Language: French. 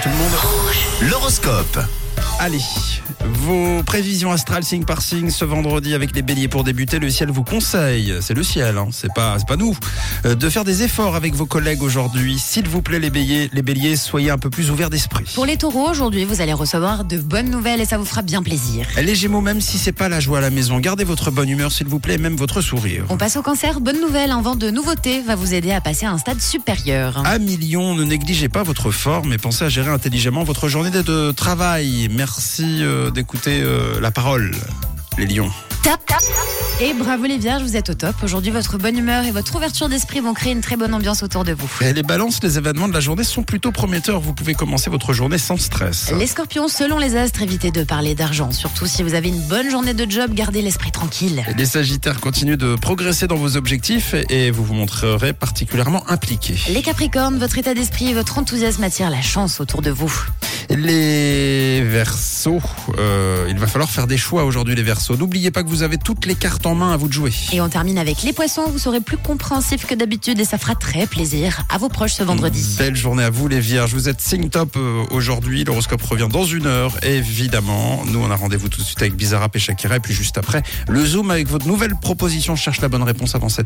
tout le monde. L'horoscope. Allez, vos prévisions astrales signe par signe ce vendredi avec les béliers pour débuter. Le ciel vous conseille, c'est le ciel, hein, c'est pas, c'est pas nous, euh, de faire des efforts avec vos collègues aujourd'hui. S'il vous plaît, les béliers, les béliers, soyez un peu plus ouverts d'esprit. Pour les taureaux, aujourd'hui, vous allez recevoir de bonnes nouvelles et ça vous fera bien plaisir. Les gémeaux, même si c'est pas la joie à la maison, gardez votre bonne humeur, s'il vous plaît, et même votre sourire. On passe au cancer. Bonne nouvelle, un vent de nouveautés va vous aider à passer à un stade supérieur. À million, ne négligez pas votre forme et pensez à gérer intelligemment votre journée de travail. Merci euh, d'écouter euh, la parole, les lions. Tap, tap. Et bravo les vierges, vous êtes au top. Aujourd'hui, votre bonne humeur et votre ouverture d'esprit vont créer une très bonne ambiance autour de vous. Et les balances, les événements de la journée sont plutôt prometteurs. Vous pouvez commencer votre journée sans stress. Les scorpions, selon les astres, évitez de parler d'argent. Surtout si vous avez une bonne journée de job, gardez l'esprit tranquille. Les sagittaires continuent de progresser dans vos objectifs et vous vous montrerez particulièrement impliqués. Les capricornes, votre état d'esprit et votre enthousiasme attirent la chance autour de vous. Les versos, euh, il va falloir faire des choix aujourd'hui les versos. N'oubliez pas que vous avez toutes les cartes en main à vous de jouer. Et on termine avec les poissons, vous serez plus compréhensif que d'habitude et ça fera très plaisir à vos proches ce vendredi. Belle journée à vous les vierges, vous êtes signe top euh, aujourd'hui, l'horoscope revient dans une heure évidemment. Nous on a rendez-vous tout de suite avec Bizarrap et Shakira et puis juste après le zoom avec votre nouvelle proposition, Je cherche la bonne réponse avant cette